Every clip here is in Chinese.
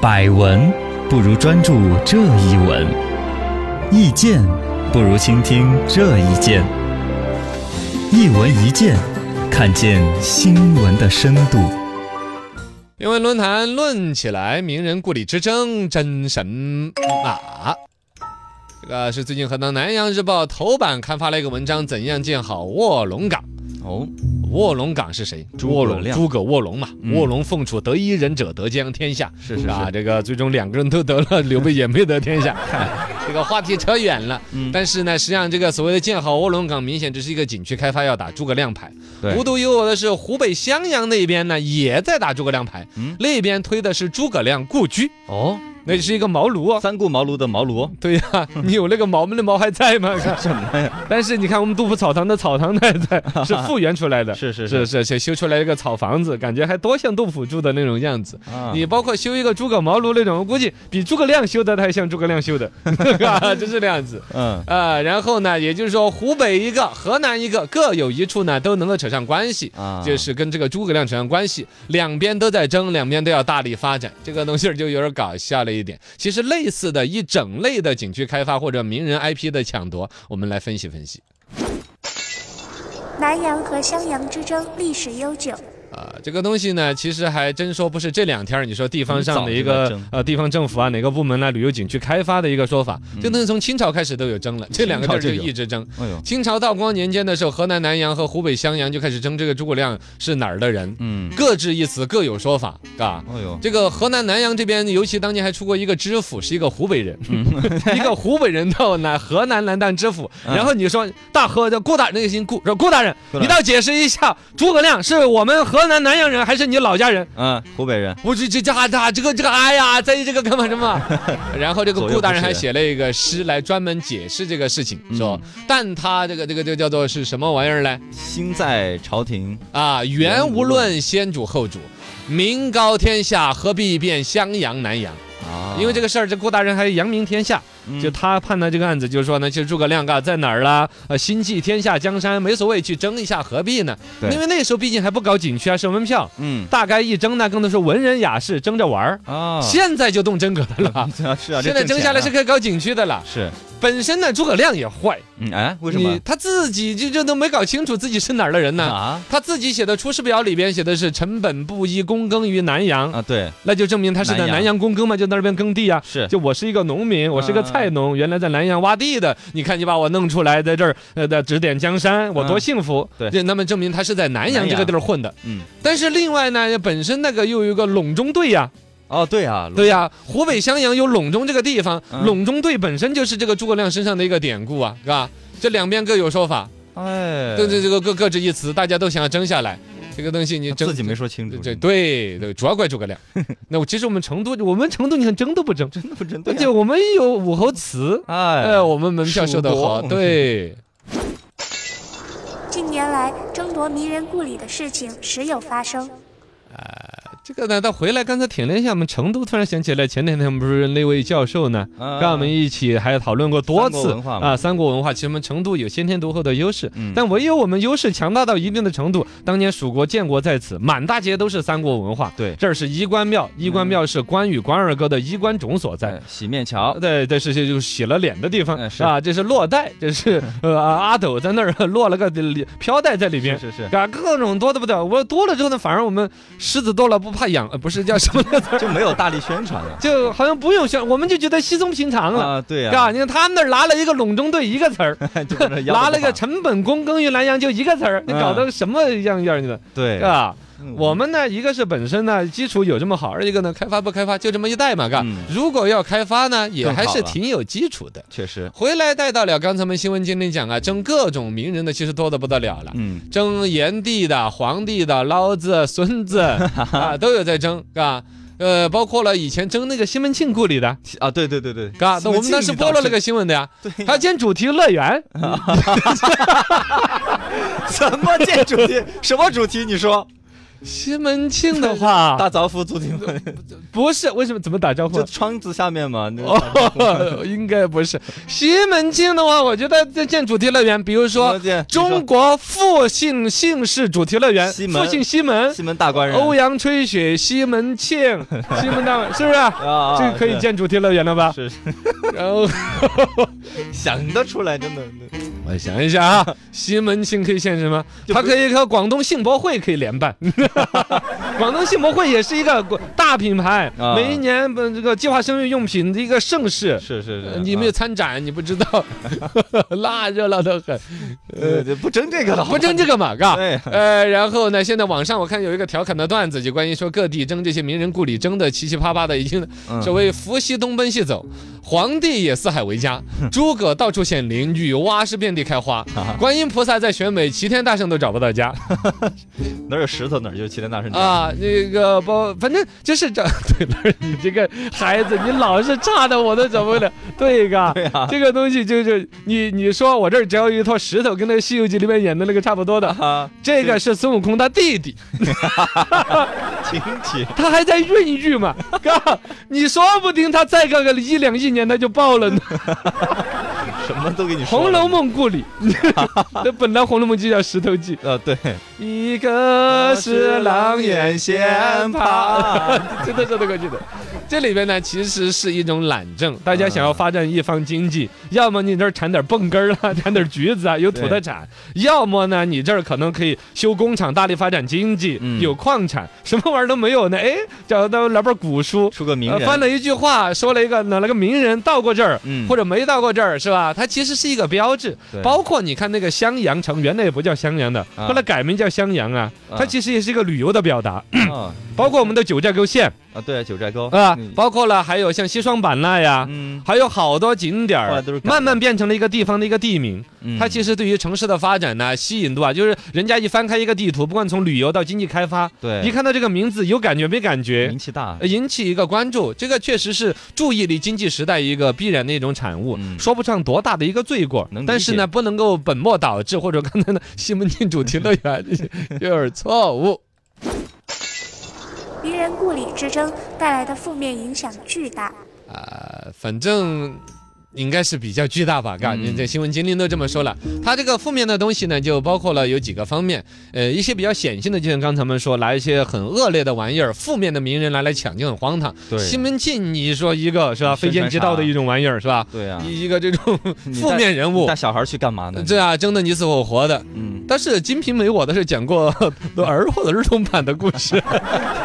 百闻不如专注这一闻，意见不如倾听这一见。一闻一见，看见新闻的深度。因为论坛论起来，名人故里之争，真神马。这个是最近河南南阳日报头版刊发了一个文章，怎样建好卧龙岗？哦，卧龙岗是谁？诸卧葛龙，亮诸葛卧龙嘛。嗯卧龙凤雏，得一人者得将天下。是是是啊，这个最终两个人都得了，刘备也没得 天下。这个话题扯远了，嗯但是呢，实际上这个所谓的建好卧龙岗，明显只是一个景区开发要打诸葛亮牌。对无独有偶的是，湖北襄阳那边呢也在打诸葛亮牌，嗯那边推的是诸葛亮故居，哦，那是一个茅 庐啊。三顾茅庐的茅庐，对呀、你有那个毛们的毛还在吗？ 什么呀？但是你看我们杜甫草堂的草堂 还在，是复原出来的。是是是是是，修出来一个草房子，感觉还多像杜甫住的那种样子。啊，你包括修一个诸葛茅庐那种，我估计比诸葛亮修的还像诸葛亮 修的，啊就是这样子。嗯，啊、然后呢，也就是说，湖北一个，河南一个，各有一处呢，都能够扯上关系，啊就是跟这个诸葛亮扯上关系，两边都在争，两边都要大力发展，这个东西儿就有点搞笑了一点。其实类似的一整类的景区开发或者名人 IP 的抢夺，我们来分析分析。南阳和襄阳之争历史悠久，啊、这个东西呢，其实还真说不是这两天儿你说地方上的一很早就在个争呃地方政府啊，哪个部门啊，旅游景区开发的一个说法，这东西从清朝开始都有 争了，这两个地儿嗯清就朝就有一直争。哎呦，清朝道光年间的时候，河南南阳和湖北襄阳就开始争这个诸葛亮是哪儿的人，嗯，各执一词，各有说法，啊。哎呦，这个河南南阳这边，尤其当年还出过一个知府，是一个湖北人， 一个湖北人到南河南来当知府，嗯然后你说大河叫郭大那个姓顾，说郭大人，郭大人你倒解释一下，诸葛亮是我们河南南阳人还是你老 家人？嗯，湖北人，我这这这这这这个这个哎呀，在意这个干 嘛什么？然后这个左右顾大人不是还写了一个诗来专门解释这个事情，嗯说但他这个这个这个叫做是什么玩意儿呢？心在朝廷，啊，原原无无论论先主后主，名高天下，何必辨襄阳南阳？啊嗯因为这个事儿，这顾大人还扬名天下，嗯就他判的这个案子，就是说呢，其实诸葛亮啊在哪儿啦？呃，心系天下江山，没所谓，去争一下何必呢？对因为那时候毕竟还不搞景区啊，收门票，嗯大概一争那更多是文人雅士争着玩儿。啊，，现在就动真格的了是啊是啊，这现在挣争钱下来啊是可以搞景区的了。是，本身呢，诸葛亮也坏，嗯，哎，为什么你？他自己就就都没搞清楚自己是哪儿的人呢？啊他自己写的《出师表》里边写的是“臣本布衣，躬耕于南阳”，啊，对，那就证明他是在南阳南阳躬耕嘛，就在那边耕地啊。是嗯就我是一个农民，我是个菜农，原来在南阳挖地的。你看，你把我弄出来，在这儿呃的指点江山，我多嗯幸福。对这那么证明他是在南阳南这个阳地儿混的。嗯，但是另外呢，本身那个又有一个陇中队呀、哦，对啊，对呀、湖北襄阳有陇中这个地方，嗯陇中队本身就是这个诸葛亮身上的一个典故啊，是吧？这两边各有说法，哎，对对，这个各各执一词，大家都想要争下来。这个东西你他争自己没说清楚，对对对，主要怪 诸葛亮。那我其实我们成都，我们成都你看争都不争，真的不真而对且啊，我们有武侯祠，哎哎，，我们门票收得好，蜀国对。近年来争夺名人故里的事情时有发生。这个呢，他回来刚才舔了一下我们成都，突然想起来前两天我们不是那位教授呢，啊跟我们一起还讨论过多三国次文化嘛啊，三国文化，其实我们成都有先天独厚的优势嗯，但唯有我们优势强大到一定的程度，当年蜀国建国在此，满大街都是三国文化。对嗯这儿是衣冠庙，衣冠庙是关羽关二哥的衣冠冢所在哎。洗面桥，对对，是是就是洗了脸的地方哎是啊，这是落袋，这是呃阿斗在那儿落了个里飘带在里边，是是啊，各种多的不得了。我多了之后呢，反而我们狮子多了不怕痒，呃，不是叫什么来是，着？就没有大力宣传了 就好像不用宣，我们就觉得稀松平常了。啊，对啊，呀，你看他们那儿拿了一个陇中队一个 词儿，就是拿了个成本躬耕于南阳就一个词儿，你嗯搞得什么样样儿的，对是，吧？嗯我们呢，一个是本身呢基础有这么好，二一个呢开发不开发就这么一带嘛，嘎。嗯如果要开发呢，也更好还是了挺有基础的。确实，回来带到了刚才我们新闻经理讲啊，争各种名人的其实多的不得了了。嗯，争炎帝的、皇帝的、老子、孙 子啊，都有在争，嘎。呃，包括了以前争那个西门庆故里的，啊，对对对对，嘎，那我们当时播了那这 个新闻的呀，对还呀，兼主题乐园， 什么这主题，什么主题？你说西门庆的话，打招呼朱定文，不是为什么怎么打招呼就啊？窗子下面嘛。那个打招呼哦， 应该不是西门庆的话，我觉得在建主题乐园，比如什么说见中国复姓姓氏主题乐园，西复门姓西门西，门大官人，欧阳吹雪、西门 庆、西门大，是不是？啊，这个可以建主题乐园了吧？哦是，是然后想得出来，真的。 我想一下啊，西门庆可以献什么？就他不可以和广东信博会可以联 办，广东信博会也是一个国大品牌，啊每一年呃这个计划生育用品的一个盛事。是是啊呃你没有参展，你不知道， 那热闹的很。呃，对不争这个了，不争这个嘛，嘎。对呃，然后呢，现在网上我看有一个调侃的段子，就关于说各地争这些名人故里，争的七七八八的，已经嗯所谓伏羲东奔西走，皇帝也四海为家，诸葛到处显灵，女娲是遍地开花，啊观音菩萨在选美，齐天大圣都找不到家哪有石头哪儿就齐天大圣。啊。那个不，反正就是 这，对了，你这个孩子，你老是差的，我都怎 么了？对嘎。对啊，这个东西就是你，你说我这儿只要有一坨石头，跟那个《西游记》里面演的那个差不多的，啊，这个是孙悟空他弟弟，亲戚，他还在孕育 嘛，哥，你说不定他再过个一两亿年他就爆了呢。什么都给你《说了。红楼梦》 故里，那本来《红楼梦》就叫石头记，呃，对，一个呃是狼烟先啊爬，真的说得过去的。这里边呢，其实是一种懒政，大家想要发展一方经济，嗯要么你这儿产点蹦根儿啦，产点橘 子啊，有土特产；要么呢，你这儿可能可以修工厂，大力发展经济，嗯有矿产， 什么玩意儿都没有呢，哎，找到来本古书，出个名呃人，翻了一句话，说了一个哪了个名人到过这儿，嗯或者没到过这儿，是吧？它其实是一个标志。对包括你看那个襄阳城，原来也不叫襄阳的，啊后来改名叫襄阳啊，它啊其实也是一个旅游的表达。啊包括我们的九寨沟县啊，对，九寨沟啊，嗯包括了还有像西双版纳呀。嗯，还有好多景点后儿来都是改的嗯慢慢变成了一个地方的一个地名，它其实实对于城市的发展呢、吸引度啊，就是人家一翻开一个地图，不管从旅游到经济开发，对一看到这个名字有感觉没感觉，名气大，引起一个关注，这个确实是注意力经济时代一个必然的一种产物，嗯说不上多大的一个罪过能，理但是呢，不能够本末倒置，或者刚才的西门庆主题乐园有点错误。名人故里之争带来的负面影响巨大。呃，反正。应该是比较巨大吧，嘎，嗯你这新闻精灵都这么说了。它这个负面的东西呢，就包括了有几个方面，呃，一些比较显性的，就像刚才我们说，拿一些很恶劣的玩意儿，负面的名人拿来抢就很荒唐。对西门庆，你说一个是吧？宣非传奸即盗的一种玩意儿是吧？对啊，一一个这种你负带面人你物带，小孩去干嘛呢？这啊争得你死我活的。嗯，但是《金瓶梅》我倒是讲过 儿或者儿童版的故事，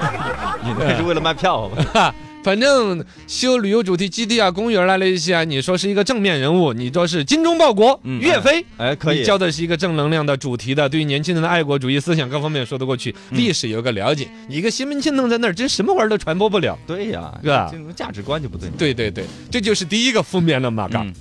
你那是为了卖票吧？反正修旅游主题基地啊、公园啊那些啊，你说是一个正面人物，你说是精忠报国，嗯岳飞。哎，可以你，教的是一个正能量的主题的，对于年轻人的爱国主义思想各方面说得过去，嗯历史有个了解。你一个西门庆弄在那儿，真什么玩意儿都传播不了。对呀，是吧这种价值观就不对。对对对，这就是第一个负面了嘛，嘎。嗯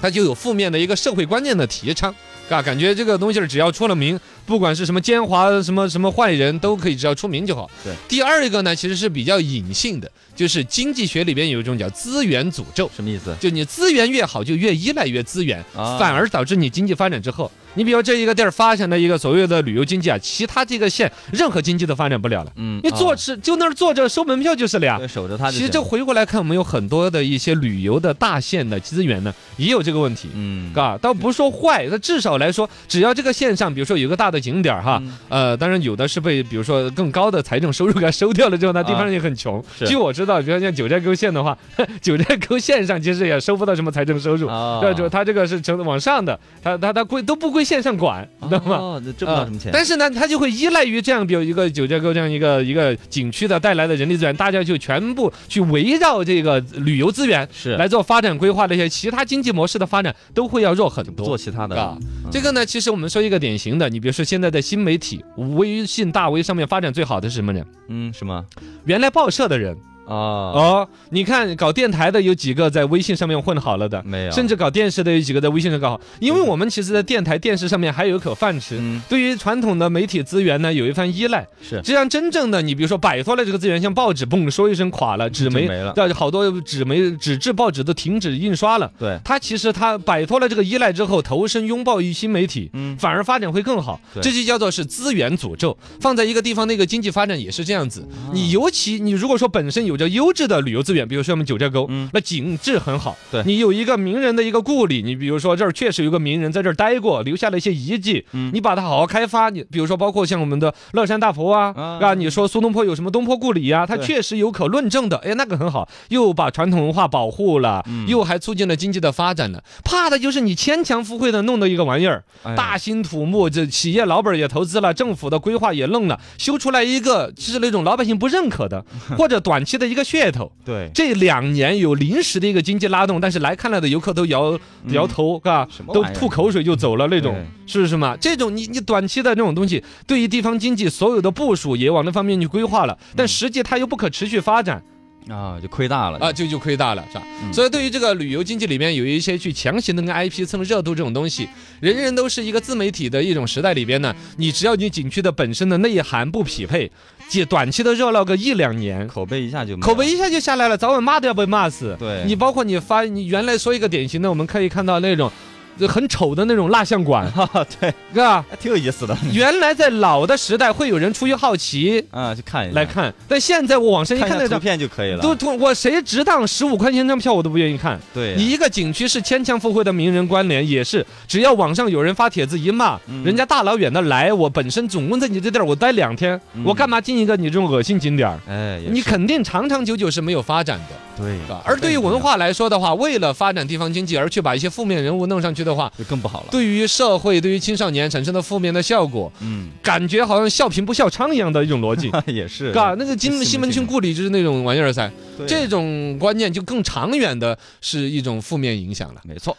它就有负面的一个社会观念的提倡，啊，感觉这个东西儿只要出了名，不管是什么奸猾、什么什么坏人，都可以只要出名就好。对，第二个呢，其实是比较隐性的，就是经济学里边有一种叫资源诅咒，什么意思？就你资源越好，就越依赖越资源，啊反而导致你经济发展之后，你比如这一个地儿发展的一个所谓的旅游经济啊，其他这个县任何经济都发展不了了。嗯你坐啊吃就那儿坐着收门票就是了呀，对守着他就其行，实这回过来看，我们有很多的一些旅游的大县的资源呢，也有这个问题。嗯，啊，倒不是说坏，那至少来说，只要这个线上，比如说有个大的景点儿哈，嗯呃，当然有的是被比如说更高的财政收入给它收掉了之后，那地方啊也很穷。是据我知道，比如像九寨沟县的话， 九寨沟县上其实也收不到什么财政收入，啊这就它这个是成往上的，它它它归都不归县上管，你知道吗？哦，那挣不到什么呃。钱但是呢，它就会依赖于这样，比如一个九寨沟这样一个一个景区的带来的人力资源，大家就全部去围绕这个旅游资源是来做发展规划，那些其他经济模式的发展都会要弱很做多。其他的嗯啊了，这个呢，其实我们说一个典型的，你比如说现在的新媒体，微信、大 V 上面发展最好的是什么人？嗯，什么原来报社的人，啊，哦，你看搞电台的有几个在微信上面混好了的，没有甚至搞电视的有几个在微信上搞好，因为我们其实，在电台、电视上面还有一口饭吃，嗯对于传统的媒体资源呢，有一番依赖。是这样真正的你，比如说摆脱了这个资源，像报纸，嘣说一声垮了，纸媒就没了对，好多纸媒、纸质报纸都停止印刷了。对，它其实它摆脱了这个依赖之后，投身拥抱于新媒体，嗯反而发展会更好。对这就叫做是资源诅咒。放在一个地方，那个经济发展也是这样子。啊你尤其你如果说本身有着优质的旅游资源，比如说我们九寨沟，嗯那景致很好。对你有一个名人的一个故里，你比如说这儿确实有个名人在这儿待过，留下了一些遗迹。嗯你把它好好开发，你比如说包括像我们的乐山大佛啊，啊啊，你说苏东坡有什么东坡故里呀、它对确实有可论证的。哎，那个很好，又把传统文化保护了，嗯又还促进了经济的发展了。怕的就是你牵强附会的弄的一个玩意儿。哎大兴土木，这企业老板也投资了，政府的规划也弄了，修出来一个是那种老百姓不认可 的，或者短期的一个噱头。对，这两年有临时的一个经济拉动，但是来看了的游客都摇嗯摇头，嘎、什么都玩意儿哎吐口水就走了那种，是不是嘛？这种你你短期的这种东西，对于地方经济所有的部署也往那方面去规划了，嗯但实际它又不可持续发展，啊，就亏大了啊，就就亏大了，是吧？嗯所以对于这个旅游经济里面有一些去强行的跟 IP 蹭热度这种东西，人人都是一个自媒体的一种时代里边呢，你只要你景区的本身的内涵不匹配，借短期的热闹个一两年。口碑一下就没口碑了一下就下来了，早晚骂都要被骂死。对，你包括你发，你原来说一个典型的，我们可以看到那种，呃很丑的那种蜡像馆啊，对，是吧？还挺有意思的原来在老的时代，会有人出于好奇啊，去看一下，来看，但现在我往上一看看一那下图张，片就可以了，都都我谁值当十五块钱张票我都不愿意看。对啊你一个景区是牵强附会的名人关联，也是只要网上有人发帖子一骂，嗯人家大老远的来，我本身总共在你这地儿我待两天，嗯我干嘛进一个你这种恶心景点儿？哎，也你是肯定长长久久是没有发展的，对对吧？而对于文化来说的话，为了发展地方经济而去把一些负面人物弄上去的话，就更不好了，对于社会、对于青少年产生的负面的效果， 嗯，。感觉好像笑贫不笑娼一样的一种逻辑 也是，嘎，那个金这西门庆故里就是啊那种玩意儿噻，对这种观念就更长远的是一种负面影响了。没错，